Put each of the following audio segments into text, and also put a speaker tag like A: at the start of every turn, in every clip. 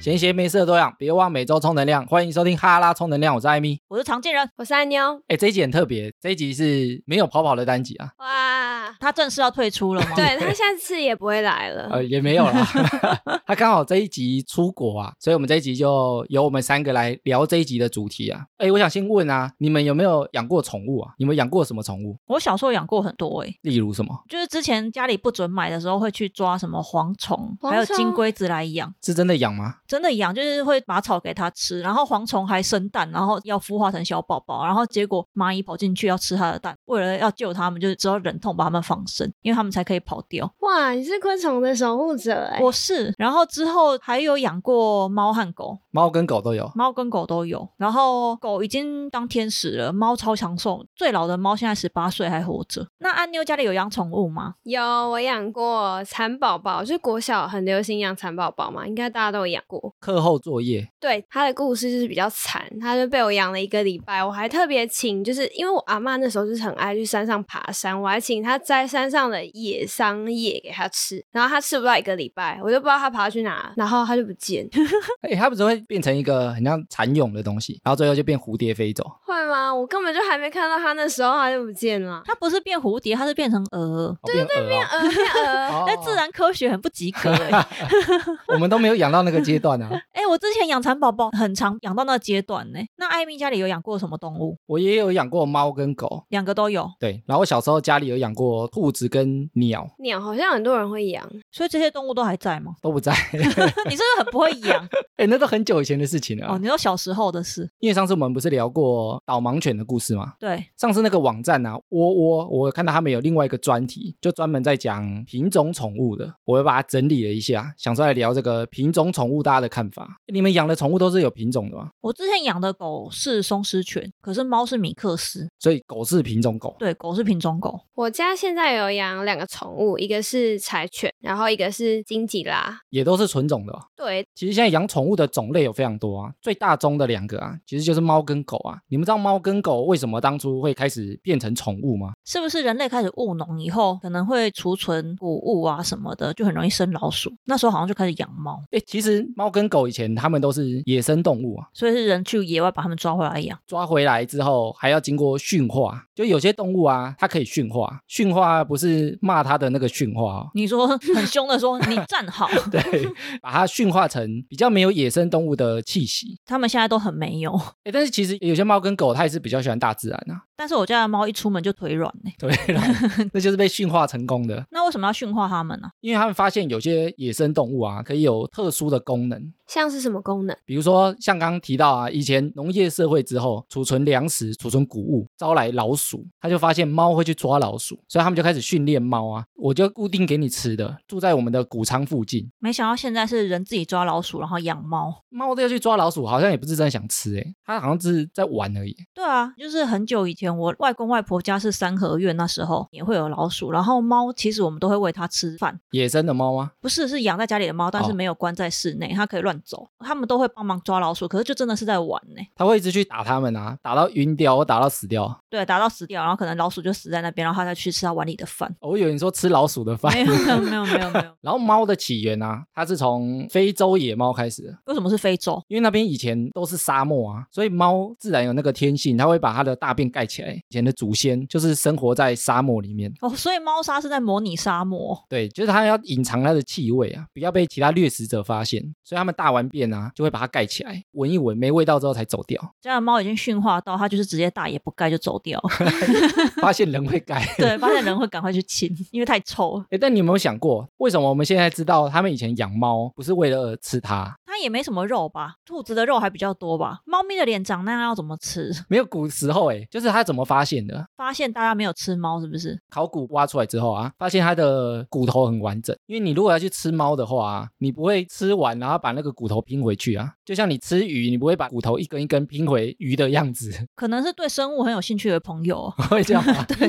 A: 闲闲没事的多养，别忘每周充能量。欢迎收听哈拉充能量，我是艾米。
B: 我是常见人，
C: 我是安妞。
A: 哎，这一集很特别，这一集是没有跑跑的单集啊，
C: 哇，
B: 他正式要退出了吗？
C: 对他下次也不会来了。
A: 呃，也没有啦。他刚好这一集出国啊，所以我们这一集就由我们三个来聊这一集的主题啊。哎，我想先问啊，你们有没有养过宠物啊？你们养过什么宠物？
B: 我小时候养过很多诶、欸
A: 例如什么？
B: 就是之前家里不准买的时候，会去抓什么蝗虫，
C: 蝗虫
B: 还有金龟子来养，
A: 是真的养吗？
B: 真的养就是会把草给它吃，然后蝗虫还生蛋，然后要孵化成小宝宝，然后结果蚂蚁跑进去要吃它的蛋，为了要救它们，就是只有忍痛把它们放生，因为它们才可以跑掉。
C: 哇，你是昆虫的守护者哎、
B: 我是，然后之后还有养过猫和狗，
A: 猫跟狗都有。
B: 猫跟狗都有，然后狗已经当天使了，猫超长寿，最老的猫现在十八岁还活着。那安妞家里有养宠物吗？
C: 有我养过蚕宝宝，就是国小很流行养蚕宝宝嘛，应该大家都有养过。
A: 课后作业，
C: 对，它的故事就是比较惨，它就被我养了一个礼拜，我还特别请，就是因为我阿嬷那时候就是很爱去山上爬山，我还请她摘山上的野桑叶给它吃，然后它吃不到一个礼拜，我就不知道它跑去哪，然后它就不见，
A: 哎，它不是会变成一个很像蚕蛹的东西，然后最后就变蝴蝶飞走。 哦
C: 会吗？我根本就还没看到它那时候，它就不见 了。
B: 它不是变蝴蝶，它是变成鹅。
A: 对对变啊
C: 呃，变鹅
A: 鹅哦。
B: 但自然科学很不及格哎、欸
A: 我们都没有养到那个阶段啊。
B: 欸我之前养蚕宝宝很常养到那个阶段呢、那艾米家里有养过什么动物？
A: 我也有养过猫跟狗，
B: 两个都有，
A: 对，然后我小时候家里有养过兔子跟鸟，？
C: 鸟好像很多人会养，
B: 所以这些动物都还在吗
A: 都不在。
B: 你是不是很不会养？
A: 哎、那都很久以前的事情了、啊
B: 哦，你说小时候的事，
A: 因为上次我们不是聊过导盲犬的故事吗？
B: 对，
A: 上次那个网站啊，窝窝，我看到他们有另外一个专题，就专门在讲品种宠物的，我又把它整理了一下，想说来聊这个品种宠物大家的看法。你们养的宠物都是有品种的吗？
B: 我之前养的狗是松狮犬，可是猫是米克斯，
A: 所以狗是品种狗，
B: 对，狗是品种狗。
C: 我家现在有养两个宠物，一个是柴犬，然后一个是金吉拉。
A: 也都是纯种的哦、
C: 对，
A: 其实现在养宠物的种类有非常多啊，最大宗的两个啊，其实就是猫跟狗啊。你们知道猫跟狗为什么当初会开始变成宠物吗？
B: 是不是人类开始务农以后，可能会储存谷物啊什么的，就很容易生老鼠？那时候好像就开始养猫，
A: 诶，其实猫跟狗以前它们都是野生动物啊，
B: 所以是人去野外把它们抓回来养。，
A: 抓回来之后还要经过驯化。就有些动物啊，它可以驯化，驯化不是骂它的那个驯化哦
B: 你说很凶的说你站好，
A: 对，把它驯化成比较没有野生动物的气息。
B: 他们现在都很没有。
A: 诶，但是其实有些猫跟狗它也是比较喜欢大自然啊，
B: 但是我家的猫一出门就腿软呢、
A: 对，然后 那就是被驯化成功的。
B: 那为什么要驯化它们呢、
A: 因为他们发现有些野生动物啊，可以有特殊的功能，
C: 像是什么功能？
A: 比如说像刚刚提到啊，以前农业社会之后，储存粮食、储存谷物，招来老鼠，他就发现猫会去抓老鼠，所以他们就开始训练猫啊，我就固定给你吃的，住在我们的谷仓附近。
B: 没想到现在是人自己抓老鼠，然后养猫。
A: 猫要去抓老鼠，好像也不是真的想吃、欸，诶，它好像是在玩而已。
B: 对啊，就是很久以前我外公外婆家是三合院，那时候也会有老鼠，然后猫其实我们都会喂它吃饭，
A: 野生的猫啊，
B: 不是，是养在家里的猫，但是
A: 哦
B: 没有关在室内，它可以乱走。他们都会帮忙抓老鼠，可是就真的是在玩呢、
A: 它会一直去打它们啊，打到晕掉或打到死掉。
B: 对，打到死掉，然后可能老鼠就死在那边，然后它再去吃它碗里的饭。
A: 哦我有人说吃老鼠的饭
B: 没。有，没有，没有，没有，没有。
A: 然后猫的起源啊，它是从非洲野猫开始的，
B: 为什么是非洲？
A: 因为那边以前都是沙漠啊，所以猫自然有那个天性，它会把它的大便盖起来。以前的祖先就是生活在沙漠里面，
B: 哦，所以猫砂是在模拟沙漠。
A: 对，就是它要隐藏它的气味啊，不要被其他掠食者发现，所以它们大完便啊，就会把它盖起来，闻一闻没味道之后才走 掉。
B: 这样的猫已经驯化到，它就是直接大也不盖就走掉。
A: 发现人会盖。
B: 对，发现人会赶快去亲，因为太臭了。
A: 哎，但你有没有想过，为什么我们现在知道他们以前养猫不是为了吃它，
B: 它也没什么肉吧？兔子的肉还比较多吧？猫咪的脸长那样要怎么吃？
A: 没有古时候哎，就是它怎么发现的？
B: 发现大家没有吃猫，是不是？
A: 考古挖出来之后啊，发现它的骨头很完整。因为你如果要去吃猫的话、啊，你不会吃完然后把那个骨头拼回去啊， 就像你吃鱼，你不会把骨头一根一根拼回鱼的样子，
B: 可能是对生物很有兴趣的朋友。
A: 会这样吗？
B: 对，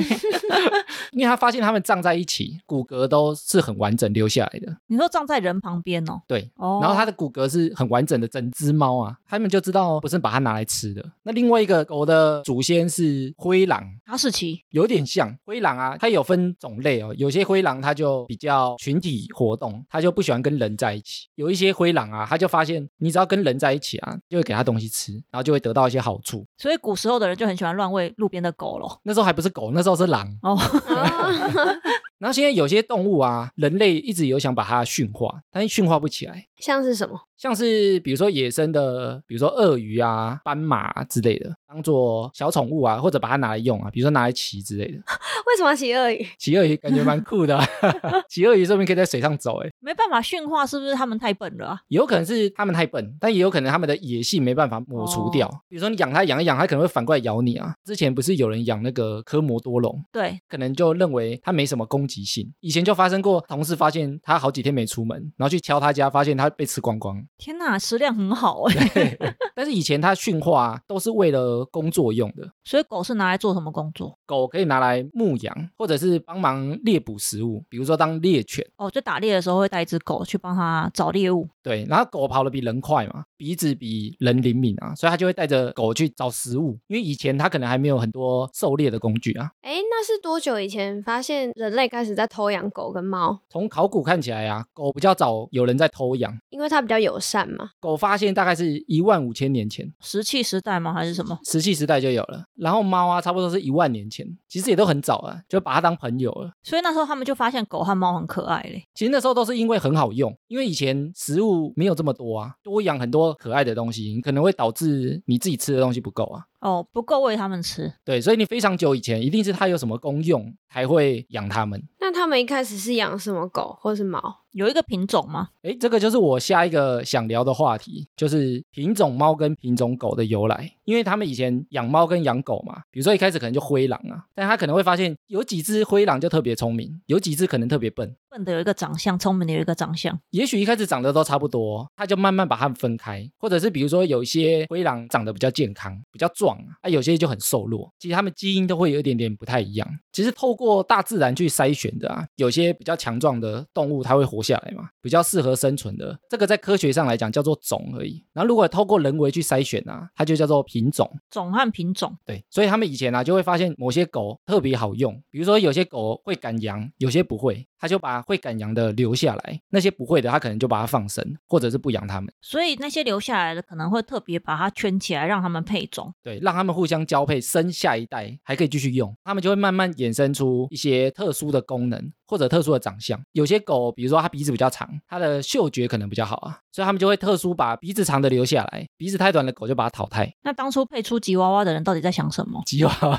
A: 因为他发现他们葬在一起，骨骼都是很完整留下来的。
B: 你说站在人旁边哦，
A: 对，
B: 哦，
A: 然后它的骨骼是很完整的，整只猫啊，他们就知道不是把它拿来吃的。那另外一个狗的祖先是灰狼，
B: 哈士奇，
A: 有点像灰狼啊，它有分种类哦。有些灰狼它就比较群体活动，它就不喜欢跟人在一起。有一些灰狼啊，它就发现你只要跟人在一起啊，就会给它东西吃，然后就会得到一些好处。
B: 所以古时候的人就很喜欢乱喂路边的狗咯。
A: 那时候还不是狗，那时候是狼。
B: 哦，
C: 哦
A: 然后现在有些动物啊，人类一直有想把它驯化，但是驯化不起来。
C: 像是什么？
A: 像是比如说野生的，比如说鳄鱼啊、斑马、啊、之类的，当做小宠物啊，或者把它拿来用啊，比如说拿来骑之类的。
C: 为什么要骑鳄鱼？
A: 骑鳄鱼感觉蛮酷的、啊， 骑鳄鱼说不定可以在水上走、欸，诶
B: 没办法驯化，是不是他们太笨了啊？
A: 有可能是它们太笨，但也有可能它们的野性没办法抹除掉。比如说你养它养一养，它可能会反过来咬你啊。之前不是有人养那个科摩多龙，
B: 对，
A: 可能就认为它没什么攻击性。以前就发生过，同事发现它好几天没出门，然后去敲它家，发现它被吃光 光。
B: 天哪，食量很好哎、
A: 但是以前它驯化、啊、都是为了工作用的，
B: 所以狗是拿来做什么工作？
A: 狗可以拿来牧羊，或者是帮忙猎捕食物，比如说当猎犬。
B: 哦，就打猎的时候会带一只狗去帮它找猎物。
A: 对，然后狗跑得比人快嘛，鼻子比人灵敏啊，所以它就会带着狗去找食物。因为以前它可能还没有很多狩猎的工具啊。
C: 哎，那是多久以前发现人类开始在偷养狗跟猫？
A: 从考古看起来啊，狗比较早有人在偷养。
C: 因为它比较友善嘛。
A: 狗发现大概是一万五千年前，
B: 石器时代吗？还是什么？
A: 石器时代就有了。然后猫啊，差不多是一万年前，其实也都很早啊，就把它当朋友了。
B: 所以那时候他们就发现狗和猫很可爱嘞。
A: 其实那时候都是因为很好用，因为以前食物没有这么多啊，多养很多可爱的东西，可能会导致你自己吃的东西不够啊。
B: 哦，不够喂它们吃，
A: 对，所以你非常久以前一定是它有什么功用才会养它们。
C: 那他们一开始是养什么狗或是猫？
B: 有一个品种吗？
A: 诶，这个就是我下一个想聊的话题，就是品种猫跟品种狗的由来。因为他们以前养猫跟养狗嘛，比如说一开始可能就灰狼啊，但他可能会发现有几只灰狼就特别聪明，有几只可能特别笨。
B: 笨的有一个长相，聪明的有一个长相。
A: 也许一开始长得都差不多，他就慢慢把它们分开，或者是比如说有一些灰狼长得比较健康、比较壮啊，啊有些就很瘦弱，其实它们基因都会有一点点不太一样。其实透过大自然去筛选的啊，有些比较强壮的动物它会活下来嘛，比较适合生存的，这个在科学上来讲叫做种而已。然后如果透过人为去筛选啊，它就叫做品种。
B: 种和品种，
A: 对，所以他们以前啊就会发现某些狗特别好用，比如说有些狗会赶羊，有些不会，他就把会赶羊的留下来，那些不会的他可能就把它放生，或者是不养它们，
B: 所以那些留下来的可能会特别把它圈起来，让它们配种。
A: 对，让他们互相交配，生下一代还可以继续用，他们就会慢慢衍生出一些特殊的功能或者特殊的长相。有些狗，比如说它鼻子比较长，它的嗅觉可能比较好啊，所以他们就会特殊把鼻子长的留下来，鼻子太短的狗就把它淘汰。
B: 那当初配出吉娃娃的人到底在想什么？
A: 吉娃娃。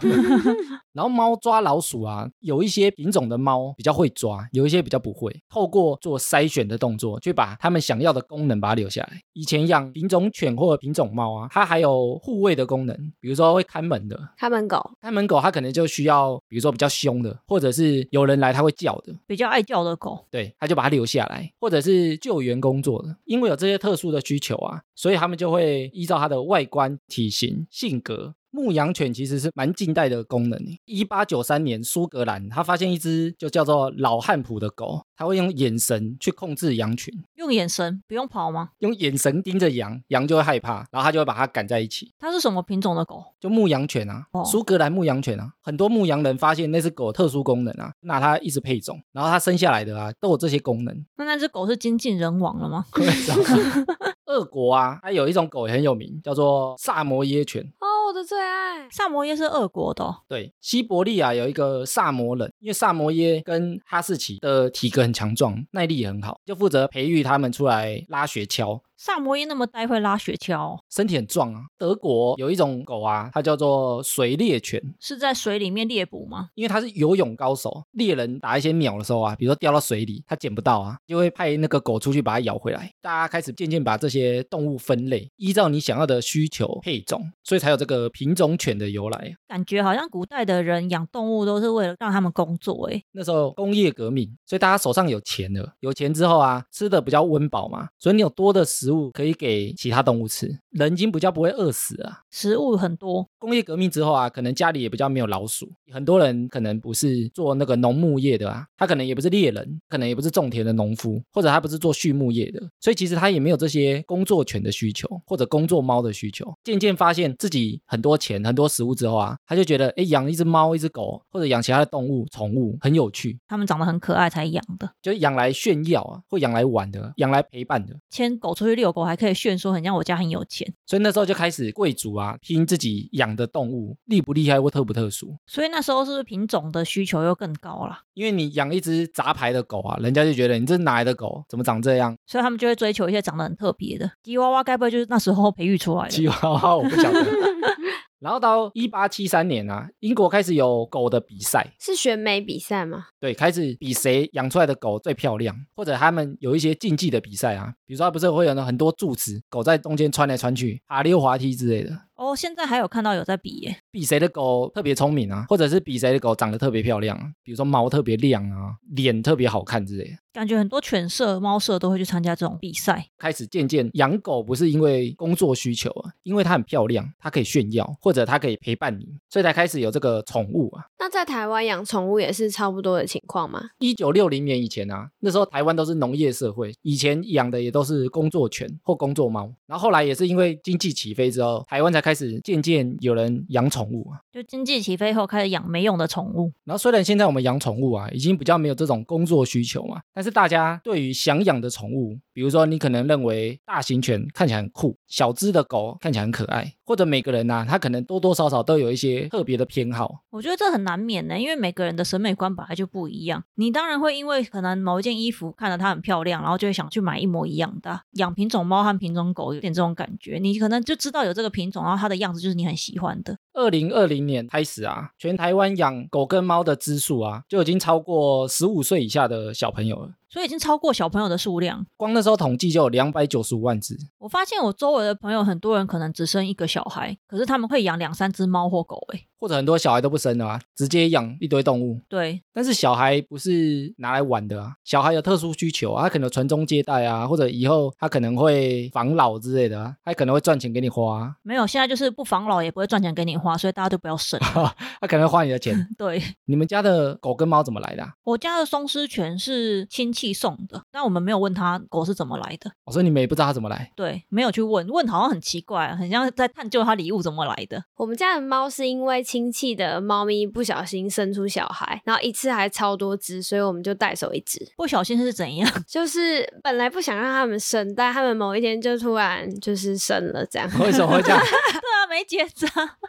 A: 然后猫抓老鼠啊，有一些品种的猫比较会抓，有一些比较不会。透过做筛选的动作，去把它们想要的功能把它留下来。以前养品种犬或者品种猫啊，它还有护卫的功能，比如说会看门的。
C: 看门狗
A: 看门狗它可能就需要，比如说比较凶的，或者是有人来它会叫的，
B: 比较爱叫的狗，
A: 对，它就把它留下来，或者是救援工作的。因为有这些特殊的需求啊，所以他们就会依照它的外观、体型、性格。牧羊犬其实是蛮近代的功能。欸一八九三年，苏格兰他发现一只就叫做老汉普的狗，它会用眼神去控制羊群，
B: 用眼神，不用跑吗？
A: 用眼神盯着羊，羊就会害怕，然后它就会把它赶在一起。
B: 它是什么品种的狗？
A: 就牧羊犬啊
B: 哦，
A: 苏格兰牧羊犬啊，很多牧羊人发现那只狗有特殊功能啊，拿它一直配种，然后它生下来的啊都有这些功能。
B: 那那只狗是精尽人亡了吗？
A: 俄国啊，它有一种狗也很有名，叫做萨摩耶犬。
C: 哦，我的最爱。
B: 萨摩耶是俄国的哦、
A: 对，西伯利亚有一个萨摩人，因为萨摩耶跟哈士奇的体格很强壮，耐力也很好，就负责培育他们出来拉雪橇。
B: 萨摩耶那么呆会拉雪橇哦、
A: 身体很壮啊。德国有一种狗啊，它叫做水猎犬，
B: 是在水里面猎捕吗？
A: 因为它是游泳高手，猎人打一些鸟的时候啊，比如说掉到水里，它捡不到啊，就会派那个狗出去把它咬回来。大家开始渐渐把这些动物分类，依照你想要的需求配种，所以才有这个品种犬的由来。
B: 感觉好像古代的人养动物都是为了让他们工作、诶，
A: 那时候工业革命，所以大家手上有钱了，有钱之后啊，吃的比较温饱嘛，所以你有多的食食物可以给其他动物吃，人已经比较不会饿死啊。
B: 食物很多，
A: 工业革命之后啊，可能家里也比较没有老鼠，很多人可能不是做那个农牧业的啊，他可能也不是猎人，可能也不是种田的农夫，或者他不是做畜牧业的，所以其实他也没有这些工作犬的需求或者工作猫的需求。渐渐发现自己很多钱、很多食物之后啊，他就觉得，哎，养一只猫、一只狗或者养其他的动物、宠物很有趣，
B: 它们长得很可爱才养的。
A: 就养来炫耀啊，或养来玩的，养来陪伴的。
B: 牵狗出去遛狗还可以炫说，很像我家很有钱。
A: 所以那时候就开始贵族啊，拼自己养的动物厉不厉害或特不特殊。
B: 所以那时候是不是品种的需求又更高啦？
A: 因为你养一只杂牌的狗啊，人家就觉得你这哪来的狗，怎么长这样？
B: 所以他们就会追求一些长得很特别的。吉娃娃该不会就是那时候培育出来的？
A: 吉娃娃我不晓得。然后到一八七三年啊，英国开始有狗的比赛，
C: 是选美比赛吗？
A: 对，开始比谁养出来的狗最漂亮，或者他们有一些竞技的比赛啊，比如说它不是会有那很多柱子，狗在中间穿来穿去，爬溜滑梯之类的，
B: 哦，现在还有看到有在比耶，
A: 比谁的狗特别聪明啊，或者是比谁的狗长得特别漂亮啊，比如说毛特别亮啊，脸特别好看之类的。
B: 感觉很多犬舍、猫舍都会去参加这种比赛。
A: 开始渐渐养狗不是因为工作需求啊，因为它很漂亮，它可以炫耀，或者它可以陪伴你，所以才开始有这个宠物啊。
C: 那在台湾养宠物也是差不多的情况吗？
A: 一九六零年以前啊，那时候台湾都是农业社会，以前养的也都是工作犬或工作猫，然后后来也是因为经济起飞之后，台湾才开始渐渐有人养宠物啊。
B: 就经济起飞后开始养没用的宠物，
A: 然后虽然现在我们养宠物啊，已经比较没有这种工作需求嘛，但是大家对于想养的宠物，比如说你可能认为大型犬看起来很酷，小只的狗看起来很可爱，或者每个人呐、他可能多多少少都有一些特别的偏好。
B: 我觉得这很难免呢，因为每个人的审美观本来就不一样。你当然会因为可能某一件衣服看着它很漂亮，然后就会想去买一模一样的啊。养品种猫和品种狗有点这种感觉，你可能就知道有这个品种，然后它的样子就是你很喜欢的。
A: 二零二零年开始啊，全台湾养狗跟猫的只数啊，就已经超过十五岁以下的小朋友了。
B: 所以已经超过小朋友的数量。
A: 光那时候统计就有两百九十五万只，
B: 我发现我周围的朋友很多人可能只生一个小孩，可是他们会养两三只猫或狗、欸。诶，
A: 或者很多小孩都不生了啊，直接养一堆动物。
B: 对，
A: 但是小孩不是拿来玩的啊，小孩有特殊需求啊，他可能有传宗接代啊，或者以后他可能会防老之类的啊，他可能会赚钱给你花、啊，
B: 没有，现在就是不防老也不会赚钱给你花，所以大家就不要生。。
A: 他可能会花你的钱
B: 对
A: 你们家的狗跟猫怎么来的、啊？
B: 我家的松狮犬是亲戚送的，但我们没有问他狗是怎么来的，
A: 我、说哦你们也不知道它怎么来，
B: 对，没有去问，问好像很奇怪，啊很像在探究他礼物怎么来的。
C: 我们家的猫是因为亲戚的猫咪不小心生出小孩，然后一次还超多只，所以我们就带走一只。
B: 不小心是怎样？
C: 就是本来不想让他们生，但他们某一天就突然就是生了这样。
A: 为什么会这样？
B: 对啊，没结账。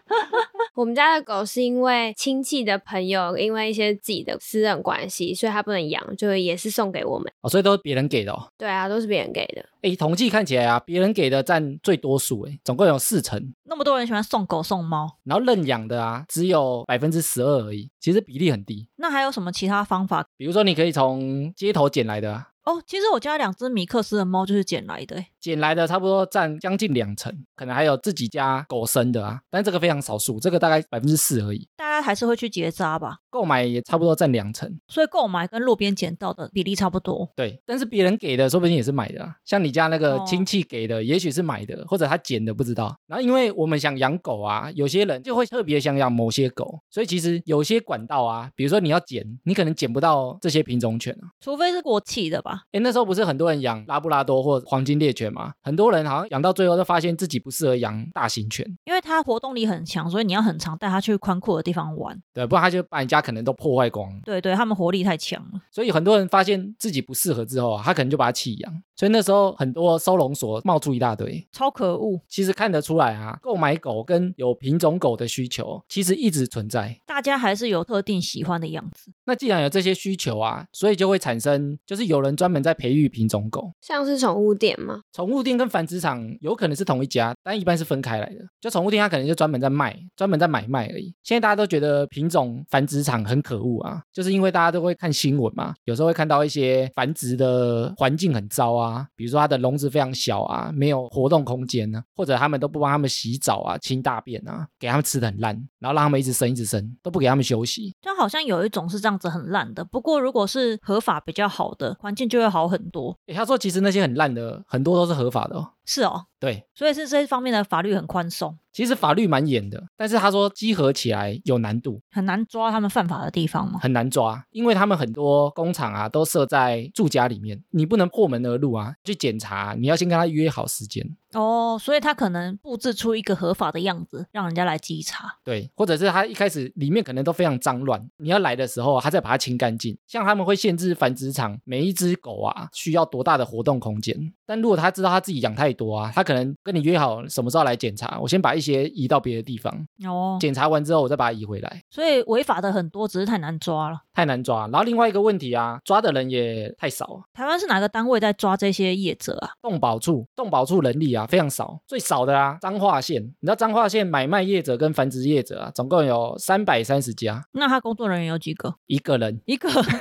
C: 我们家的狗是因为亲戚的朋友，因为一些自己的私人关系，所以它不能养，就也是送给我们。
A: 哦，所以都是别人给的哦。
C: 对啊，都是别人给的。
A: 诶，统计看起来啊，别人给的占最多数，诶，总共有四成，
B: 那么多人喜欢送狗送猫，
A: 然后认养的啊只有百分之十二而已，其实比例很低。
B: 那还有什么其他方法？
A: 比如说，你可以从街头捡来的、啊，
B: 哦，其实我家两只米克斯的猫就是捡来的、欸，
A: 捡来的差不多占将近两成，可能还有自己家狗生的啊，但这个非常少数，这个大概百分之四而已。
B: 大家还是会去结扎吧。
A: 购买也差不多占两成，
B: 所以购买跟路边捡到的比例差不多。
A: 对。但是别人给的，说不定也是买的、啊，像你家那个
B: 哦
A: 亲戚给的，也许是买的，或者他捡的，不知道。然后因为我们想养狗啊，有些人就会特别想养某些狗，所以其实有些管道啊，比如说你要捡，你可能捡不到这些品种犬啊。
B: 除非是过气的吧，
A: 诶，那时候不是很多人养拉布拉多或黄金猎犬吗？很多人好像养到最后都发现自己不适合养大型犬，
B: 因为它活动力很强，所以你要很常带它去宽阔的地方玩。
A: 对，不然他就把你家可能都破坏光了。
B: 对对，它们活力太强了。
A: 所以很多人发现自己不适合之后啊，他可能就把它弃养。所以那时候很多收容所冒出一大堆。
B: 超可恶！
A: 其实看得出来啊，购买狗跟有品种狗的需求其实一直存在。
B: 大家还是有特定喜欢的样子，
A: 那既然有这些需求啊，所以就会产生，就是有人专门在培育品种狗。
C: 像是宠物店吗？
A: 宠物店跟繁殖场有可能是同一家，但一般是分开来的。就宠物店，它可能就专门在卖，专门在买卖而已。现在大家都觉得品种繁殖场很可恶啊，就是因为大家都会看新闻嘛，有时候会看到一些繁殖的环境很糟啊，比如说它的笼子非常小啊，没有活动空间啊，或者他们都不帮他们洗澡啊、清大便啊，给他们吃的很烂，然后让他们一直生一直生，都不给他们休息。
B: 这样好像有一种是这样子很烂的，不过如果是合法比较好的，环境就会好很多。
A: 诶他说其实那些很烂的很多都是合法的、哦，
B: 是哦，
A: 对。
B: 所以是这方面的法律很宽松，
A: 其实法律蛮严的，但是他说集合起来有难度，
B: 很难抓他们犯法的地方嘛。
A: 很难抓，因为他们很多工厂啊都设在住家里面，你不能破门而入啊，去检查，你要先跟他约好时间，
B: 哦，所以他可能布置出一个合法的样子，让人家来稽查。
A: 对，或者是他一开始里面可能都非常脏乱，你要来的时候，他再把它清干净。像他们会限制繁殖场每一只狗啊需要多大的活动空间，但如果他知道他自己养太多啊，他可能跟你约好什么时候来检查，我先把一些移到别的地方，
B: 哦，
A: 检查完之后我再把它移回来，
B: 所以违法的很多，只是太难抓了。
A: 太难抓。然后另外一个问题啊，抓的人也太少，
B: 台湾是哪个单位在抓这些业者啊？
A: 动保处动保处人力啊非常少，最少的啊彰化县，你知道彰化县买卖业者跟繁殖业者啊，总共有三百三十家，
B: 那他工作人员有几个？
A: 一个人。
B: 一个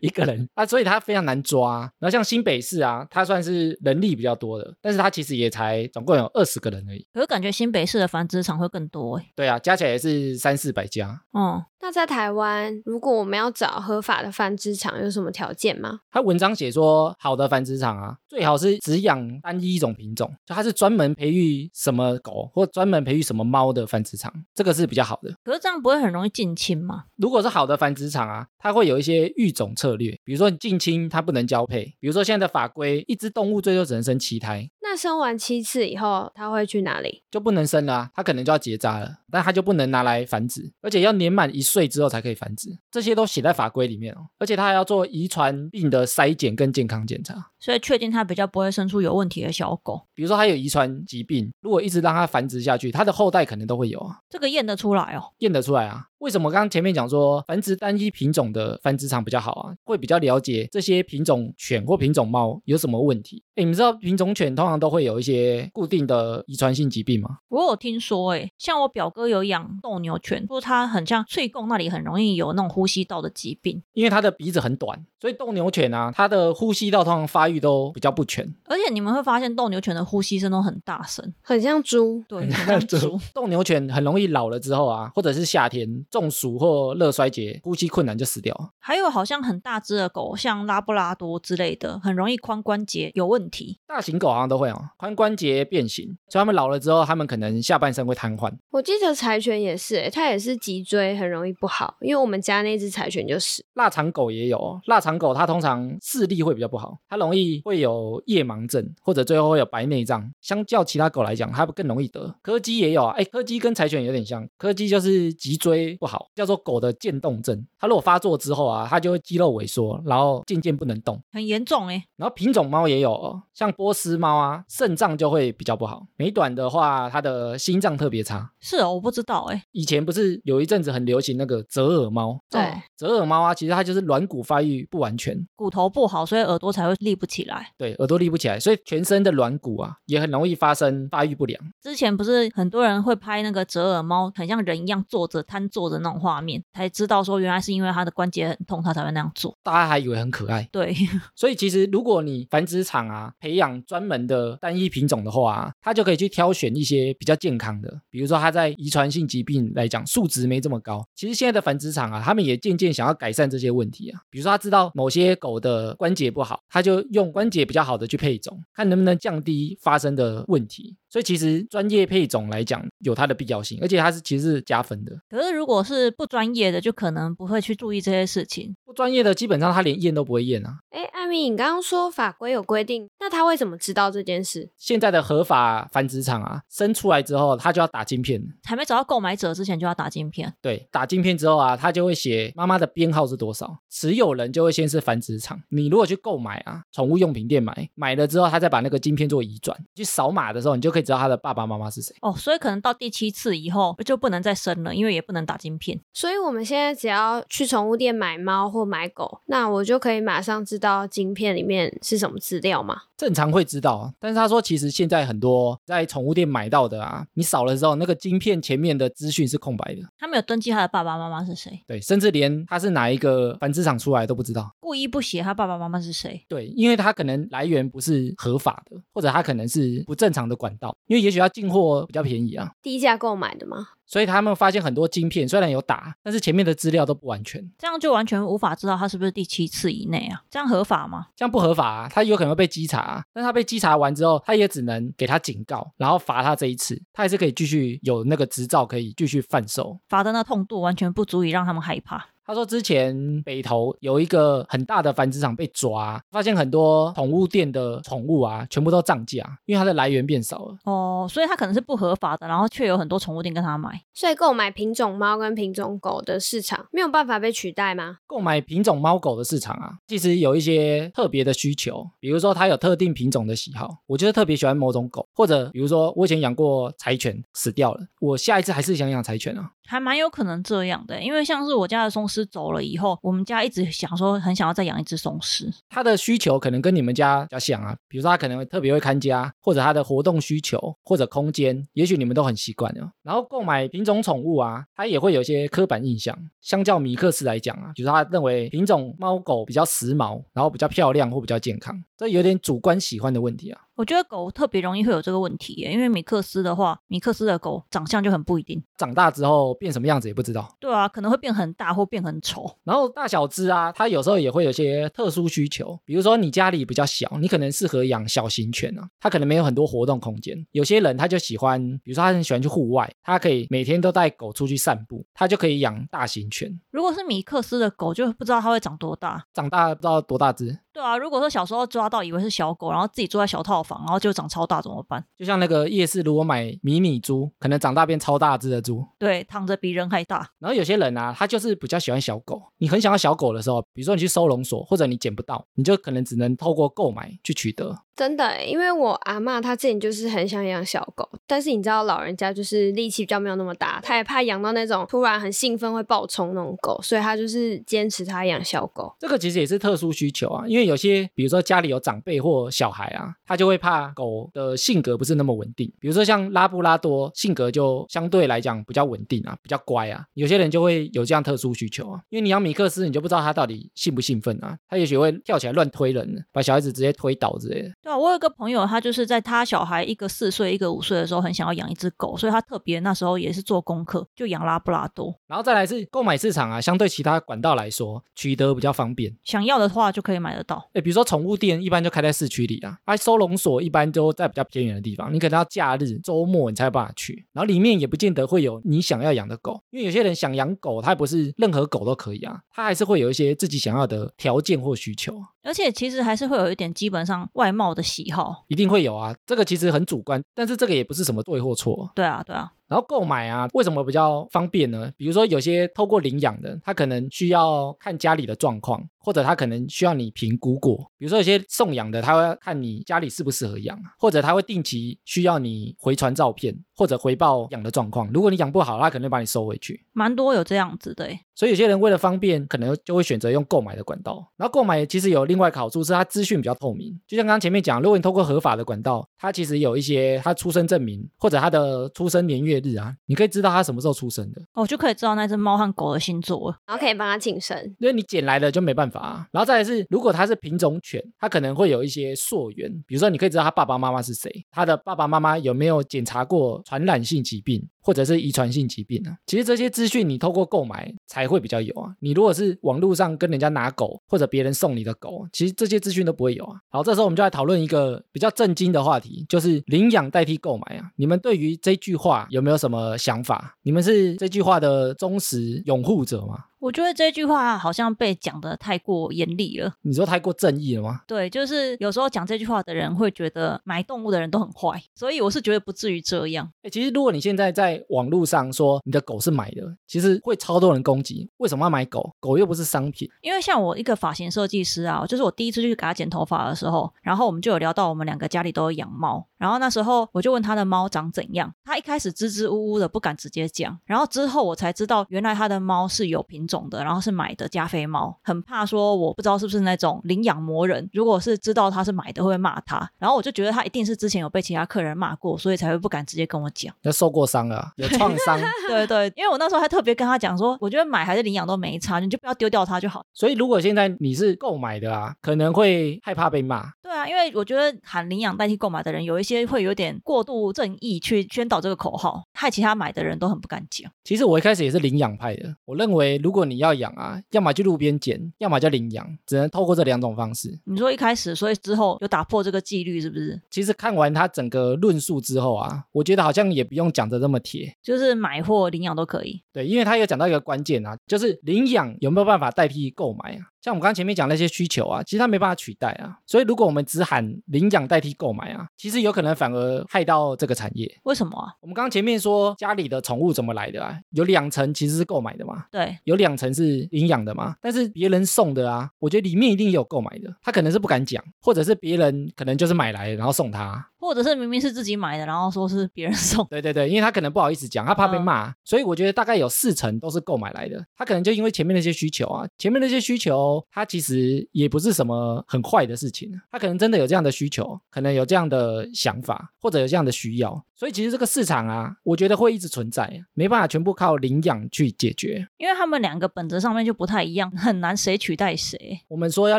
A: 一个人啊，所以他非常难抓、啊然后像新北市啊，它算是人力比较多的，但是它其实也才总共有二十个人而已。
B: 可是感觉新北市的繁殖场会更多哎、
A: 对啊，加起来也是三四百家。
B: 哦、
C: 那在台湾，如果我们要找合法的繁殖场，有什么条件吗？
A: 他文章写说，好的繁殖场啊，最好是只养单一一种品种，就它是专门培育什么狗或专门培育什么猫的繁殖场，这个是比较好的。
B: 可是这样不会很容易近亲吗？
A: 如果是好的繁殖场啊，它会有一些育种策略，比如说你近亲它不能交配，比如说现在的法规，一只动物最多只能生七胎，
C: 那生完七次以后，它会去哪里？
A: 就不能生了、啊，它可能就要结扎了，但它就不能拿来繁殖，而且要年满一岁之后才可以繁殖，这些都写在法规里面哦。而且它还要做遗传病的筛检跟健康检查，
B: 所以确定它比较不会生出有问题的小狗，
A: 比如说它有遗传疾病，如果一直让它繁殖下去，它的后代可能都会有啊，
B: 这个验得出来哦。
A: 验得出来啊。为什么刚刚前面讲说繁殖单一品种的繁殖场比较好啊？会比较了解这些品种犬或品种猫有什么问题？哎，你们知道品种犬通常都会有一些固定的遗传性疾病吗？
B: 我有听说哎、像我表哥有养斗牛犬，说它很像翠贡那里很容易有那种呼吸道的疾病，
A: 因为它的鼻子很短，所以斗牛犬啊，它的呼吸道通常发育都比较不全。
B: 而且你们会发现斗牛犬的呼吸声都很大声，
C: 很像猪，
B: 对， 很像猪。
A: 斗牛犬很容易老了之后啊，或者是夏天中暑或热衰竭，呼吸困难就死掉了。
B: 还有好像很大只的狗，像拉布拉多之类的，很容易髋关节有问题。
A: 大型狗好像都会哦，髋关节变形，所以它们老了之后，它们可能下半身会瘫痪。
C: 我记得柴犬也是、欸，它也是脊椎很容易不好，因为我们家那只柴犬就是。
A: 腊肠狗也有哦，腊肠狗它通常视力会比较不好，它容易会有夜盲症，或者最后会有白内障。相较其他狗来讲，它更容易得。柯基也有啊，哎，柯基跟柴犬有点像，柯基就是脊椎不好，叫做狗的渐冻症。它如果发作之后啊，它就会肌肉萎缩，然后渐渐不能动。
B: 很严重哎、
A: 然后品种猫也有、哦，像波斯猫啊，肾脏就会比较不好。美短的话，它的心脏特别差。
B: 是哦，我不知道哎、
A: 以前不是有一阵子很流行那个折耳猫？
C: 对
B: 哦
A: 折耳猫啊，其实它就是软骨发育不完全，
B: 骨头不好，所以耳朵才会立不起来。
A: 对，耳朵立不起来，所以全身的软骨啊也很容易发生发育不良。
B: 之前不是很多人会拍那个折耳猫，很像人一样坐着瘫坐着那种画面，才知道说原来是因为它的关节很痛，它才会那样做。
A: 大家还以为很可爱，
B: 对，
A: 所以其实如果你繁殖场啊培养专门的单一品种的话、啊，它就可以去挑选一些比较健康的，比如说它在遗传性疾病来讲数值没这么高。其实现在的繁殖场啊，他们也渐渐想要改善这些问题啊，比如说他知道某些狗的关节不好，他就用关节比较好的去配种，看能不能降低发生的问题。所以其实专业配种来讲有它的必要性，而且它是其实是加分的。
B: 可是如果是不专业的，就可能不会去注意这些事情。
A: 不专业的基本上他连验都不会验啊。
C: 哎、艾米，你刚刚说法规有规定，那他会怎么知道这件事？
A: 现在的合法繁殖场啊，生出来之后，它就要打晶片。
B: 还没找到购买者之前就要打晶片，
A: 对，打晶片之后啊，它就会写妈妈的编号是多少，持有人就会先是繁殖场。你如果去购买啊，宠物用品店买，买了之后，他再把那个晶片做移转。去扫码的时候，你就可以知道他的爸爸妈妈是谁。
B: 哦，所以可能到第七次以后就不能再生了，因为也不能打晶片。
C: 所以我们现在只要去宠物店买猫或买狗，那我就可以马上知道晶片里面是什么资料吗？
A: 正常会知道，啊但是他说，其实现在很多在宠物店买到的啊，你扫了之后，那个晶片前面的资讯是空白的，
B: 他没有登记他的爸爸妈妈是谁，
A: 对，甚至连他是哪一个繁殖场出来都不知道。
B: 不一不写他爸爸妈妈是谁。
A: 对，因为它可能来源不是合法的，或者它可能是不正常的管道，因为也许它进货比较便宜啊，
C: 低价购买的吗？
A: 所以他们发现很多晶片虽然有打，但是前面的资料都不完全，
B: 这样就完全无法知道他是不是第七次以内啊，这样合法吗？
A: 这样不合法啊，他有可能会被稽查、啊。但他被稽查完之后，他也只能给他警告，然后罚他这一次，他还是可以继续有那个执照，可以继续贩售。
B: 罚的那痛度完全不足以让他们害怕。
A: 他说，之前北投有一个很大的繁殖场被抓，啊发现很多宠物店的宠物啊，全部都涨价，因为它的来源变少了。
B: 哦，所以他可能是不合法的，然后却有很多宠物店跟他买。
C: 所以购买品种猫跟品种狗的市场没有办法被取代吗？
A: 购买品种猫狗的市场啊，其实有一些特别的需求，比如说它有特定品种的喜好，我就是特别喜欢某种狗，或者比如说我以前养过柴犬死掉了，我下一次还是想养柴犬啊。
B: 还蛮有可能这样的，欸因为像是我家的松狮走了以后，我们家一直想说很想要再养一只松狮。
A: 它的需求可能跟你们家比较像啊，比如说它可能会特别会看家，或者它的活动需求或者空间，也许你们都很习惯了。然后购买品种宠物啊，它也会有一些刻板印象，相较米克斯来讲啊，就是他认为品种猫狗比较时髦，然后比较漂亮或比较健康，这有点主观喜欢的问题啊。
B: 我觉得狗特别容易会有这个问题耶，因为米克斯的话，米克斯的狗长相就很不一定。
A: 长大之后变什么样子也不知道。
B: 对啊，可能会变很大或变很丑。
A: 然后大小只啊，它有时候也会有些特殊需求，比如说你家里比较小，你可能适合养小型犬啊，它可能没有很多活动空间。有些人他就喜欢，比如说他很喜欢去户外，他可以每天都带狗出去散步，他就可以养大型犬。
B: 如果是米克斯的狗，就不知道它会长多大。
A: 长大不知道多大只，
B: 对啊，如果说小时候抓到以为是小狗，然后自己住在小套房，然后就长超大怎么办？
A: 就像那个夜市，如果买迷你猪，可能长大变超大只的猪。
B: 对，躺着比人还大。
A: 然后有些人啊，他就是比较喜欢小狗。你很想要小狗的时候，比如说你去收容所，或者你捡不到，你就可能只能透过购买去取得。
C: 真的欸，因为我阿嬷她之前就是很想养小狗，但是你知道老人家就是力气比较没有那么大，她也怕养到那种突然很兴奋会暴冲那种狗，所以她就是坚持她养小狗。
A: 这个其实也是特殊需求啊，因为有些比如说家里有长辈或小孩啊，他就会怕狗的性格不是那么稳定。比如说像拉布拉多，性格就相对来讲比较稳定啊，比较乖啊。有些人就会有这样特殊需求啊，因为你养米克斯，你就不知道他到底兴不兴奋啊，他也许会跳起来乱推人，把小孩子直接推倒之类的。
B: 对啊，我有一个朋友，他就是在他小孩一个四岁、一个五岁的时候，很想要养一只狗，所以他特别那时候也是做功课，就养拉布拉多。
A: 然后再来是购买市场啊，相对其他管道来说，取得比较方便。
B: 想要的话就可以买得到。
A: 哎，比如说宠物店一般就开在市区里啊，啊，收容所一般都在比较偏远的地方，你可能要假日、周末你才有办法去，然后里面也不见得会有你想要养的狗，因为有些人想养狗，他也不是任何狗都可以啊，他还是会有一些自己想要的条件或需求啊，
B: 而且其实还是会有一点基本上外貌的喜好。
A: 一定会有啊，这个其实很主观，但是这个也不是什么对或错啊、
B: 对啊，对啊，
A: 然后购买啊，为什么比较方便呢？比如说有些透过领养的，他可能需要看家里的状况，或者他可能需要你评估过。比如说有些送养的，他会看你家里适不适合养，啊或者他会定期需要你回传照片，或者回报养的状况。如果你养不好，他可能会把你收回去。
B: 蛮多有这样子的欸。
A: 所以有些人为了方便，可能就会选择用购买的管道。然后购买其实有另外一个好处是，它资讯比较透明。就像刚刚前面讲，如果你透过合法的管道，它其实有一些它出生证明或者它的出生年月日啊，你可以知道它什么时候出生的。
B: 哦，就可以知道那只猫和狗的星座了。
C: 然后可以帮它庆生，
A: 因为你捡来的就没办法啊。然后再来是，如果它是品种犬，它可能会有一些溯源，比如说你可以知道它爸爸妈妈是谁，它的爸爸妈妈有没有检查过传染性疾病或者是遗传性疾病啊。其实这些资讯你透过购买才会比较有啊。你如果是网络上跟人家拿狗或者别人送你的狗，其实这些资讯都不会有啊。好，这时候我们就来讨论一个比较震惊的话题，就是领养代替购买啊。你们对于这句话有没有什么想法？你们是这句话的忠实拥护者吗？
B: 我觉得这句话好像被讲的太过严厉了。
A: 你说太过正义了吗？
B: 对，就是有时候讲这句话的人会觉得买动物的人都很坏，所以我是觉得不至于这样。
A: 哎、其实如果你现在在网络上说你的狗是买的，其实会超多人攻击。为什么要买狗？狗又不是商品。
B: 因为像我一个发型设计师啊，就是我第一次去给他剪头发的时候，然后我们就有聊到我们两个家里都有养猫，然后那时候我就问他的猫长怎样，他一开始支支吾吾的不敢直接讲，然后之后我才知道原来他的猫是有品种的，然后是买的加菲猫，很怕说我不知道是不是那种领养魔人，如果是知道他是买的，会不会骂他。然后我就觉得他一定是之前有被其他客人骂过，所以才会不敢直接跟我讲。
A: 要受过伤了啊，有创伤。
B: 对对，因为我那时候还特别跟他讲说，我觉得买还是领养都没差，你就不要丢掉它就好。
A: 所以如果现在你是购买的啊，可能会害怕被骂。
B: 对啊，因为我觉得喊领养代替购买的人，有一些会有点过度正义去宣导这个口号，害其他买的人都很不敢讲。
A: 其实我一开始也是领养派的，我认为如果你要养啊，要么去路边捡，要么叫领养，只能透过这两种方式。
B: 你说一开始，所以之后有打破这个纪律，是不是？
A: 其实看完他整个论述之后啊，我觉得好像也不用讲的这么铁。
B: 就是买或领养都可以。
A: 对，因为他有讲到一个关键啊，就是领养有没有办法代替购买啊？像我们刚刚前面讲那些需求啊，其实它没办法取代啊。所以如果我们只喊领养代替购买啊，其实有可能反而害到这个产业。
B: 为什么啊？
A: 我们刚刚前面说家里的宠物怎么来的啊？有两成其实是购买的嘛，
B: 对，
A: 有两成是领养的嘛，但是别人送的啊，我觉得里面一定有购买的，他可能是不敢讲，或者是别人可能就是买来然后送他。啊
B: 或者是明明是自己买的，然后说是别人 送。
A: 对对对，因为他可能不好意思讲，他怕被
B: 嗯
A: 骂，所以我觉得大概有四成都是购买来的。他可能就因为前面那些需求啊，前面那些需求，他其实也不是什么很坏的事情，他可能真的有这样的需求，可能有这样的想法，或者有这样的需要，所以其实这个市场啊，我觉得会一直存在，没办法全部靠领养去解决。
B: 因为他们两个本质上面就不太一样，很难谁取代谁。
A: 我们说要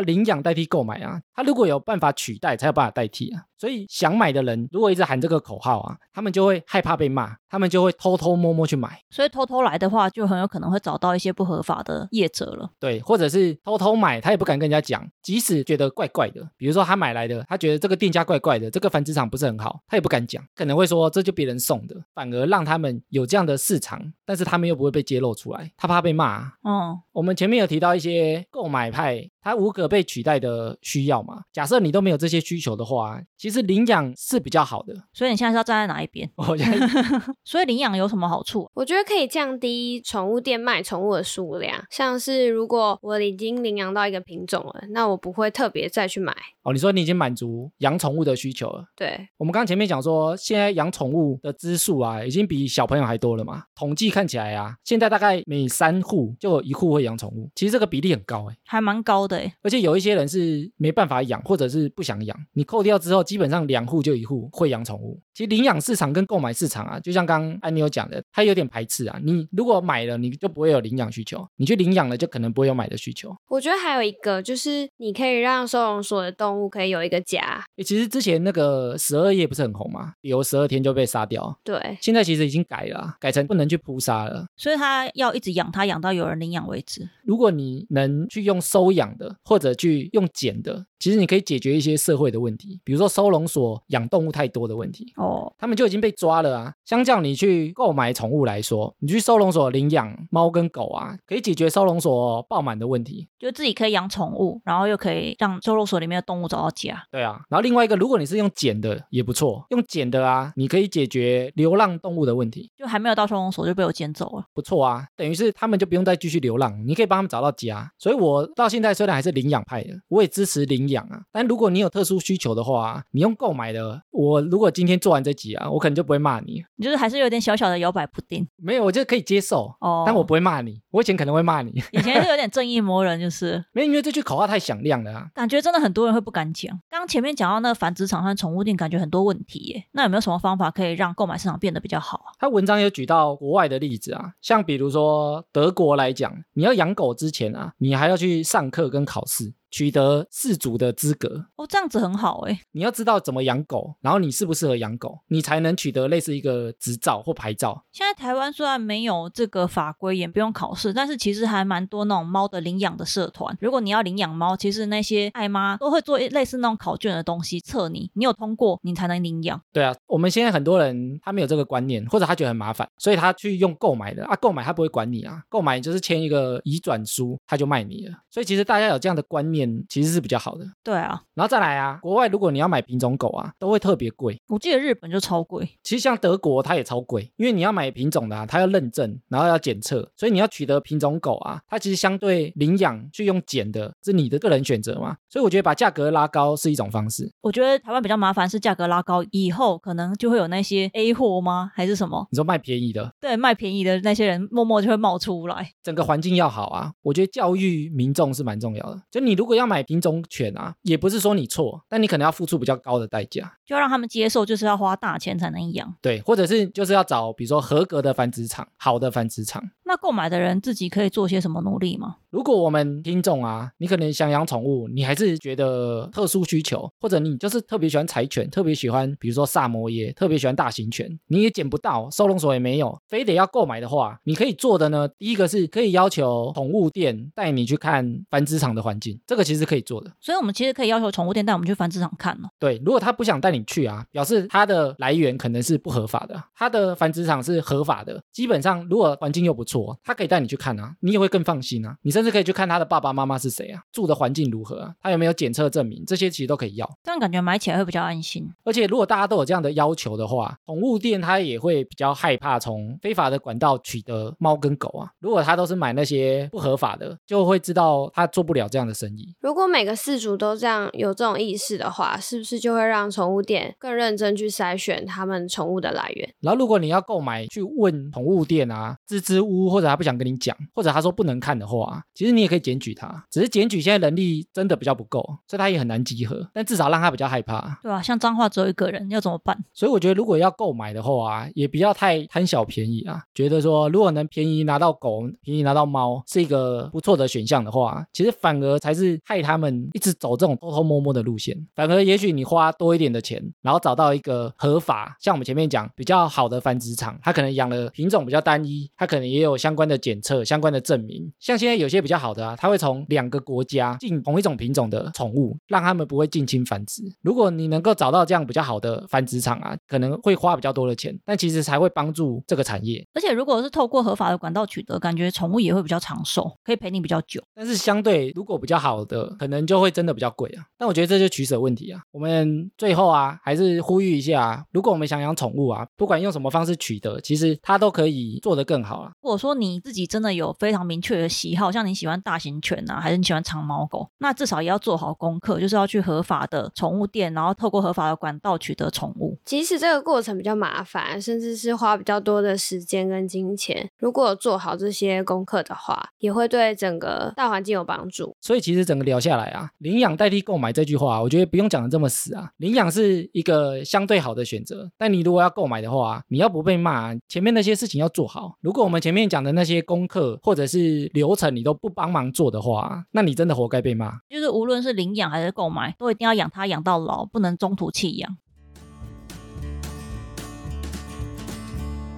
A: 领养代替购买啊，它如果有办法取代，才有办法代替啊。所以想买的人如果一直喊这个口号啊，他们就会害怕被骂，他们就会偷偷摸摸去买，
B: 所以偷偷来的话，就很有可能会找到一些不合法的业者了。
A: 对，或者是偷偷买，他也不敢跟人家讲，即使觉得怪怪的，比如说他买来的，他觉得这个店家怪怪的，这个繁殖场不是很好，他也不敢讲，可能会说这就别人送的，反而让他们有这样的市场，但是他们又不会被揭露出来，他怕被骂、啊。
B: 嗯，
A: 我们前面有提到一些购买派，它无可被取代的需要嘛。假设你都没有这些需求的话，其实领养是比较好的。
B: 所以你现在是要站在哪一边？
A: 我觉得
B: 所以领养有什么好处？
C: 我觉得可以降低宠物店卖宠物的数量，像是如果我已经领养到一个品种了，那我不会特别再去买。
A: 哦，你说你已经满足养宠物的需求了。
C: 对，
A: 我们刚刚前面讲说，现在养宠物的只数啊，已经比小朋友还多了嘛。统计看起来啊，现在大概每三户就有一户会养宠物，其实这个比例很高哎。
B: 还蛮高的欸诶。
A: 而且有一些人是没办法养，或者是不想养。你扣掉之后，基本上两户就一户会养宠物。其实领养市场跟购买市场啊，就像刚刚安妞讲的，它有点排斥啊。你如果买了，你就不会有领养需求；你去领养了，就可能不会有买的需求。
C: 我觉得还有一个就是，你可以让收容所的动物可以有一个家。
A: 诶其实之前那个十二夜不是很红吗？有十二天就被杀掉，啊
C: 对，
A: 现在其实已经改了啊、改成不能去扑杀了。
B: 所以他要一直养它，养到有人领养为止。
A: 如果你能去用收养的，或者去用捡的，其实你可以解决一些社会的问题，比如说收容所养动物太多的问题。
B: 哦，
A: 他们就已经被抓了啊。相较你去购买宠物来说，你去收容所领养猫跟狗啊，可以解决收容所爆满的问题。
B: 就自己可以养宠物，然后又可以让收容所里面的动物找到家。
A: 对啊，然后另外一个，如果你是用捡的也不错，用捡的啊，你可以解决流浪动物的问题，
B: 就还没有到收容所就被我捡走了。
A: 不错啊。等于是他们就不用再继续流浪，你可以帮他们找到家。所以我到现在虽然还是领养派的，我也支持领养啊。但如果你有特殊需求的话啊、你用购买的，我如果今天做完这集啊，我可能就不会骂你，
B: 你就是还是有点小小的摇摆不定
A: 没有，我就可以接受。
B: 哦。
A: 但我不会骂你，我以前可能会骂你，
B: 以前是有点正义魔人，就是
A: 没有，因为这句口号太响亮了啊。
B: 感觉真的很多人会不敢讲。刚前面讲到那个繁殖场和宠物店，感觉很多问题耶。那有没有什么方法可以让购买市场变得比较好啊？
A: 他文章有举到国外的例子啊，像比如说德国来讲，你要养狗之前啊，你还要去上课跟考试，取得饲主的资格。
B: 哦，这样子很好哎。
A: 你要知道怎么养狗，然后你适不适合养狗，你才能取得类似一个执照或牌照。
B: 现在台湾虽然没有这个法规，也不用考试，但是其实还蛮多那种猫的领养的社团。如果你要领养猫，其实那些爱妈都会做类似那种考卷的东西测你，你有通过你才能领养。
A: 对啊，我们现在很多人他没有这个观念，或者他觉得很麻烦，所以他去用购买的啊，购买他不会管你啊，购买就是签一个移转书，他就卖你了。所以其实大家有这样的观面其实是比较好的。
B: 对啊，
A: 然后再来啊，国外如果你要买品种狗啊，都会特别贵。
B: 我记得日本就超贵，
A: 其实像德国它也超贵，因为你要买品种的啊，它要认证，然后要检测，所以你要取得品种狗啊，它其实相对领养去用捡的，是你的个人选择嘛。所以我觉得把价格拉高是一种方式。
B: 我觉得台湾比较麻烦是价格拉高以后，可能就会有那些 A 货吗？还是什么？
A: 你说卖便宜的，
B: 对，卖便宜的那些人默默就会冒出来。
A: 整个环境要好啊，我觉得教育民众是蛮重要的。就你如果要买品种犬啊，也不是说你错，但你可能要付出比较高的代价。
B: 就要让他们接受，就是要花大钱才能养。
A: 对，或者是就是要找比如说合格的繁殖场，好的繁殖场。
B: 那购买的人自己可以做些什么努力吗？
A: 如果我们听众啊，你可能想养宠物，你还是觉得特殊需求，或者你就是特别喜欢柴犬，特别喜欢比如说萨摩耶，特别喜欢大型犬，你也捡不到，收容所也没有，非得要购买的话，你可以做的呢，第一个是可以要求宠物店带你去看繁殖场的环境，这个其实可以做的。
B: 所以我们其实可以要求宠物店带我们去繁殖场看哦。
A: 对，如果他不想带你去啊，表示它的来源可能是不合法的，它的繁殖场是合法的。基本上，如果环境又不错，它可以带你去看啊，你也会更放心啊。你甚至可以去看它的爸爸妈妈是谁啊，住的环境如何啊，它有没有检测证明，这些其实都可以要。
B: 这样感觉买起来会比较安心。
A: 而且，如果大家都有这样的要求的话，宠物店它也会比较害怕从非法的管道取得猫跟狗啊。如果它都是买那些不合法的，就会知道它做不了这样的生意。
C: 如果每个饲主都这样有这种意识的话，是不是就会让宠物店更认真去筛选他们宠物的来源？
A: 然后如果你要购买，去问宠物店啊、支支吾吾，或者他不想跟你讲，或者他说不能看的话啊，其实你也可以检举他。只是检举现在人力真的比较不够，所以他也很难集合，但至少让他比较害怕。
B: 对啊，像脏话只有一个人，要怎么办？
A: 所以我觉得如果要购买的话啊，也不要太贪小便宜啊，觉得说如果能便宜拿到狗、便宜拿到猫是一个不错的选项的话，其实反而才是害他们一直走这种偷偷摸摸的路线。反而也许你花多一点的钱，然后找到一个合法，像我们前面讲比较好的繁殖场，它可能养了品种比较单一，它可能也有相关的检测、相关的证明。像现在有些比较好的啊，它会从两个国家进同一种品种的宠物，让它们不会近亲繁殖。如果你能够找到这样比较好的繁殖场啊，可能会花比较多的钱，但其实才会帮助这个产业。
B: 而且如果是透过合法的管道取得，感觉宠物也会比较长寿，可以陪你比较久。
A: 但是相对如果比较好的，可能就会真的比较贵啊。但我觉得这就是取舍问题啊。我们最后啊，还是呼吁一下、啊，如果我们想养宠物啊，不管用什么方式取得，其实它都可以做得更好啊。
B: 如果说你自己真的有非常明确的喜好，像你喜欢大型犬啊，还是你喜欢长毛狗，那至少也要做好功课，就是要去合法的宠物店，然后透过合法的管道取得宠物。
C: 即使这个过程比较麻烦，甚至是花比较多的时间跟金钱，如果有做好这些功课的话，也会对整个大环境有帮助。
A: 所以其实整个聊下来啊，领养代替购买这句话啊、我觉得不用讲的这么死啊。领养是一个相对好的选择，但你如果要购买的话啊，你要不被骂啊，前面那些事情要做好。如果我们前面讲的那些功课或者是流程你都不帮忙做的话啊，那你真的活该被骂。
B: 就是无论是领养还是购买，都一定要养它养到老，不能中途弃养。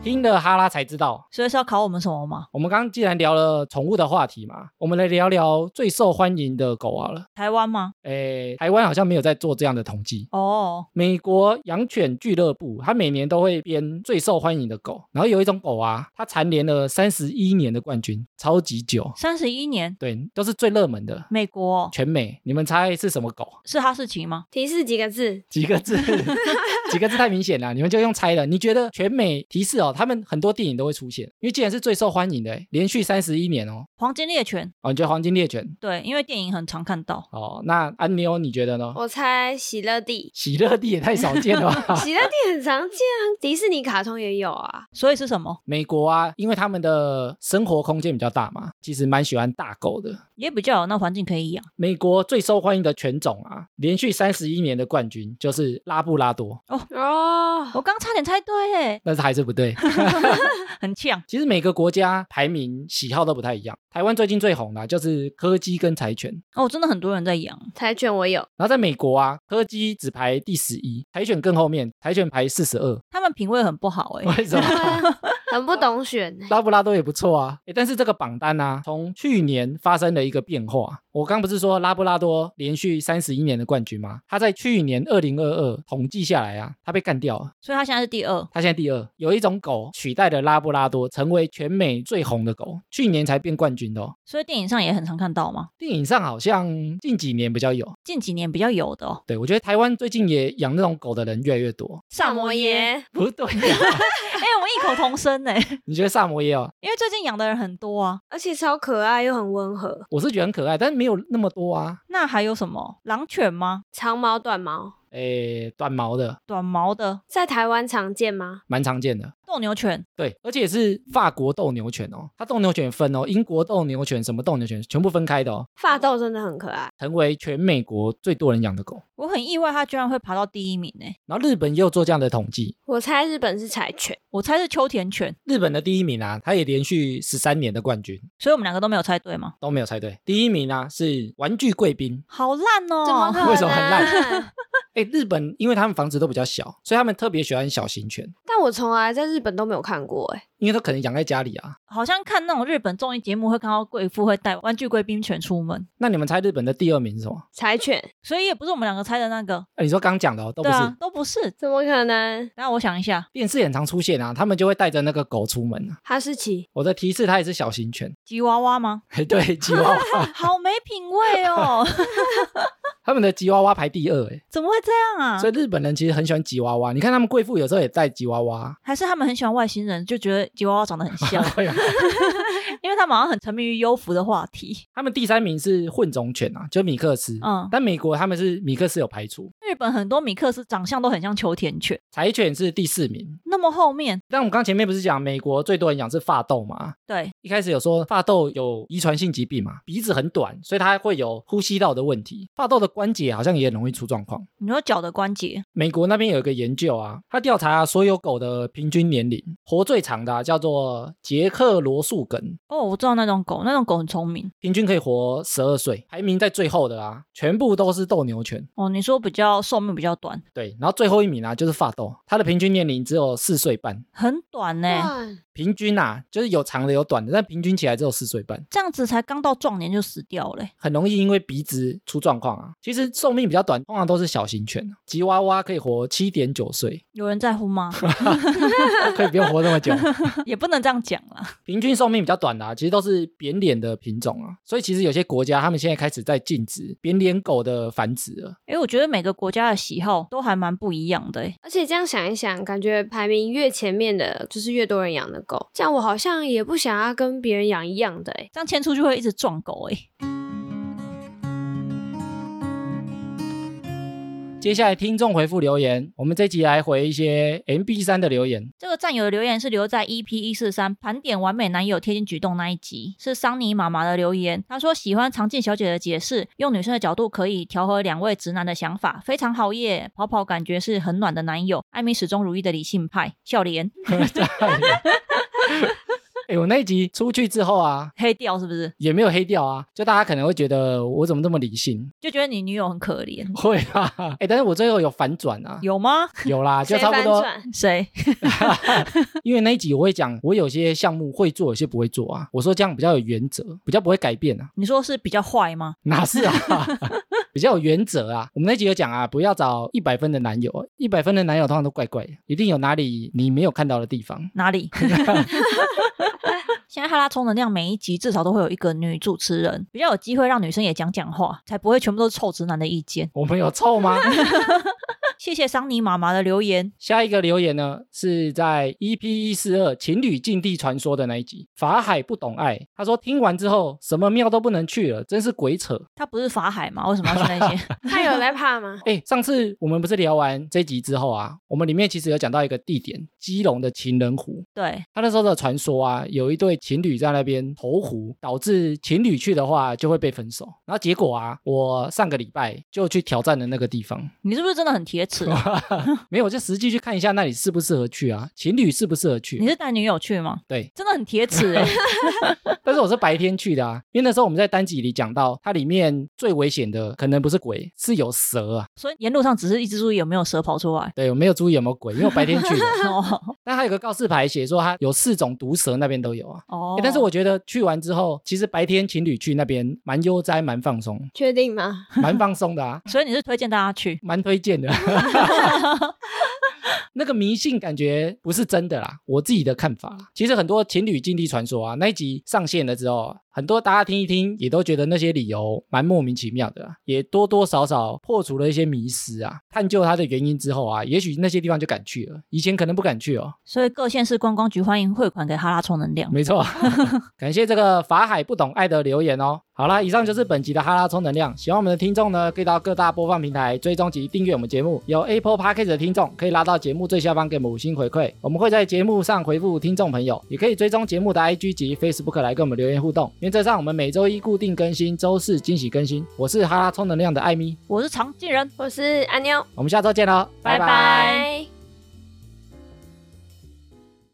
A: 听了哈拉才知道，
B: 所以是要考我们什么吗？
A: 我们刚刚既然聊了宠物的话题嘛，我们来聊聊最受欢迎的狗好了。
B: 台湾吗？
A: 诶，台湾好像没有在做这样的统计。
B: 哦，
A: 美国养犬俱乐部，它每年都会编最受欢迎的狗，然后有一种狗啊，它蝉联了三十一年的冠军，超级久，
B: 三十一年，
A: 对，都是最热门的。
B: 美国哦
A: 全美，你们猜是什么狗？
B: 是哈士奇吗？
C: 提示几个字，
A: 几个字？几个字太明显了，你们就用猜的。你觉得全美提示哦，他们很多电影都会出现，因为既然是最受欢迎的，连续三十一年哦。
B: 黄金猎犬，
A: 哦，你觉得黄金猎犬？
B: 对，因为电影很常看到。
A: 哦，那安妞你觉得呢？。
C: 我猜喜乐蒂
A: 喜乐蒂也太少见了吧？
C: 喜乐蒂很常见啊，迪士尼卡通也有啊。
B: 所以是什么？
A: 美国啊，因为他们的生活空间比较大嘛，其实蛮喜欢大狗的。
B: 也比较有那环境可以养。
A: 美国最受欢迎的犬种啊，连续三十一年的冠军就是拉布拉多，
C: 哦，
B: 我刚差点猜对耶，
A: 但是还是不对。
B: 很呛。
A: 其实每个国家排名喜好都不太一样，台湾最近最红的、啊就是柯基跟柴犬。
B: 哦，真的很多人在养。
C: 柴犬我有，
A: 然后在美国啊，柯基只排第十一，柴犬更后面，柴犬排四十二。
B: 他们品味很不好哎，
A: 为什 么？
C: 很不懂选欸。
A: 拉布拉多也不错啊，诶但是这个榜单啊，从去年发生了一个变化。我刚不是说拉布拉多连续三十一年的冠军吗？他在去年二零二二统计下来啊，他被干掉了，
B: 所以他现在是第二。
A: 他现在第二。有一种狗取代了拉布拉多，成为全美最红的狗，去年才变冠军的、哦。
B: 所以电影上也很常看到嘛，
A: 电影上好像近几年比较有，
B: 近几年比较有的哦。
A: 对我觉得台湾最近也养那种狗的人越来越多。
B: 萨摩耶，
C: 耶，
A: 不对、啊
B: 哎、我们异口同声呢，
A: 你觉得萨摩耶哦？
B: 因为最近养的人很多啊。
C: 而且超可爱又很温和，
A: 我是觉得很可爱，但是没有那么多啊。
B: 那还有什么狼犬吗？
C: 长毛、短毛
A: 诶，短毛的
B: 短毛的
C: 在台湾常见吗？
A: 蛮常见的。
B: 斗牛犬，
A: 对，而且是法国斗牛犬哦，它斗牛犬分哦，英国斗牛犬什么斗牛犬全部分开的哦，
C: 发豆真的很可爱，
A: 成为全美国最多人养的狗。
B: 我很意外它居然会爬到第一名呢。
A: 然后日本也有做这样的统计，
C: 我猜日本是柴犬，
B: 我猜是秋田犬，
A: 日本的第一名啊，它也连续十三年的冠军
B: 所以我们两个都没有猜对吗？
A: 都没有猜对。第一名啊是玩具贵宾，
B: 好烂
C: 怎么可
B: 哦！
C: 能？
A: 为什么很烂哎，日本因为他们房子都比较小，所以他们特别喜欢小型犬，
C: 但我从来在日本都没有看过、哎，
A: 因为它可能养在家里啊。
B: 好像看那种日本综艺节目会看到贵妇会带玩具贵宾犬出门，
A: 那你们猜日本的第二名是什么？
C: 柴犬
B: 所以也不是我们两个猜的那个，
A: 哎，你说刚讲的哦，都不
B: 对
A: 是。
B: 啊，都不是。
C: 怎么可能？
B: 那我想一下，
A: 电视也很常出现啊，他们就会带着那个狗出门啊。
C: 哈士奇，
A: 我的提示，它也是小型犬，
B: 吉娃娃吗？
A: 哎，对， 吉娃娃，
B: 好没品味 哦，
A: 他们的吉娃娃排第二，哎、
B: 怎么会这样啊？
A: 所以日本人其实很喜欢吉娃娃。你看他们贵妇有时候也带吉娃啊 娃，
B: 还是他们很喜欢外星人，就觉得吉娃娃长得很 像，
A: 哎呀
B: 因为他们好像很沉迷于优服的话题。
A: 他们第三名是混种犬啊，就米克斯，
B: 嗯
A: 但美国他们是米克斯有排除，
B: 日本很多米克斯长相都很像秋田犬，
A: 柴犬是第四名。
B: 那么后面
A: 但我们刚前面不是讲美国最多人养是发豆嘛？
B: 对
A: 一开始有说发豆有遗传性疾病嘛，鼻子很短，所以它会有呼吸道的问题。发豆的关节好像也很容易出状况。
B: 你说脚的关节，
A: 美国那边有一个研究啊，他调查、所有狗的平均年龄，活最长的、啊、叫做捷克罗素梗，
B: 哦，我知道那种狗，那种狗很聪明
A: 平均可以活十二岁，排名在最后的啊，全部都是斗牛犬。
B: 哦。你说比较寿命比较短，
A: 对，然后最后一名啊就是法斗，它的平均年龄只有四岁半，
B: 很短呢、
C: 哇
A: 平均啊就是有长的有短的，但平均起来只有四岁半。
B: 这样子才刚到壮年就死掉欸嘞、
A: 很容易因为鼻子出状况啊。其实寿命比较短，通常都是小型犬，啊吉娃娃可以活七点九岁，
B: 有人在乎吗？
A: 可以不用活那么 久。
B: 也不能这样讲啦。
A: 平均寿命比较短的、啊，其实都是扁脸的品种啊，所以其实有些国家他们现在开始在禁止扁脸狗的繁殖了。
B: 诶，我觉得每个国家的喜好都还蛮不一样的、诶
C: 而且这样想一想，感觉排名越前面的，就是越多人养的狗。这样我好像也不想要跟别人养一样的、哎，
B: 这样牵出去会一直撞狗、诶
A: 接下来听众回复留言，我们这集来回一些 MB 三的留言。
B: 这个战友的留言是留在 EP 一四三盘点完美男友贴心举动那一集，是桑尼妈妈的留言。她说喜欢常静小姐的解释，用女生的角度可以调和两位直男的想法，非常好耶。跑跑感觉是很暖的男友，艾米始终如一的理性派，笑脸
A: 哎、我那一集出去之后啊，
B: 黑掉是不是？
A: 也没有黑掉啊，就大家可能会觉得我怎么这么理性？
B: 就觉得你女友很可怜，
A: 会啊，哎、但是我最后有反转啊，
B: 有吗？
A: 有啦，就
C: 谁
A: 差不
C: 反
A: 多。
C: 转？
B: 谁？
A: 因为那一集我会讲，我有些项目会做，有些不会做啊。我说这样比较有原则，比较不会改变啊。
B: 你说是比较坏吗？
A: 哪是啊？ 比较有原则啊。我们那集有讲啊，不要找一百分的男友，一百分的男友通常都怪怪的，一定有哪里你没有看到的地方。
B: 哪 里？ 现在哈拉充能量每一集至少都会有一个女主持人，比较有机会让女生也讲讲话，才不会全部都是臭直男的意见。
A: 我们有臭吗？
B: 谢谢桑尼妈妈的留言。
A: 下一个留言呢，是在 EP 一四二情侣禁地传说的那一集，法海不懂爱。他说听完之后什么庙都不能去了，真是鬼扯。？
B: 他不是法海吗？为什么要去那些？
C: 他有在怕吗
A: 哎，上次我们不是聊完这集之后啊，我们里面其实有讲到一个地点，基隆的情人湖。
B: 对，
A: 他那时候的传说啊，有一对情侣在那边投壶，导致情侣去的话就会被分手。然后结果啊，我上个礼拜就去挑战的那个地方，
B: 你是不是真的很铁吃
A: 哦
B: 啊。
A: 没有，就实际去看一下那里适不适合去啊，情侣适不适合
B: 你
A: 去？
B: 是带女友去吗？
A: 对，
B: 真的很铁齿哎，
A: 哦但是我是白天去的啊，因为那时候我们在单集里讲到，它里面最危险的可能不是鬼，是有蛇啊。
B: 所以沿路上只是一直注意有没有蛇跑出 来。。
A: 对，我没有注意有没有鬼，因为我白天去的
B: 哦
A: 但它有个告示牌写说它有四种毒蛇，那边都有啊。
B: 哦
A: 诶但是我觉得去完之后，其实白天情侣去那边蛮悠哉、蛮放松、
C: 确定吗？
A: 蛮放松的啊。
B: 所以你是推荐大家去
A: 蛮推荐的。那个迷信感觉不是真的啦，我自己的看法啦。其实很多情侣禁地传说啊，那一集上线了之后啊，很多大家听一听，也都觉得那些理由蛮莫名其妙的啊，也多多少少破除了一些迷思啊。探究它的原因之后啊，也许那些地方就敢去了，以前可能不敢去哦。
B: 所以各县市观光局欢迎汇款给哈拉充能量。
A: 没错， 感谢这个法海不懂爱的留言哦。好啦，以上就是本集的哈拉充能量。喜欢我们的听众呢，可以到各大播放平台追踪及订阅我们节目。有 Apple Podcast 的听众可以拉到节目最下方给我们五星回馈，我们会在节目上回复听众朋友。也可以追踪节目的 IG 及 Facebook 来跟我们留言互动。原则上我们每周一固定更新，周四惊喜更新。我是哈拉充能量的艾米，
B: 我是常进人，
C: 我是安妞，
A: 我们下周见喽，
B: 拜拜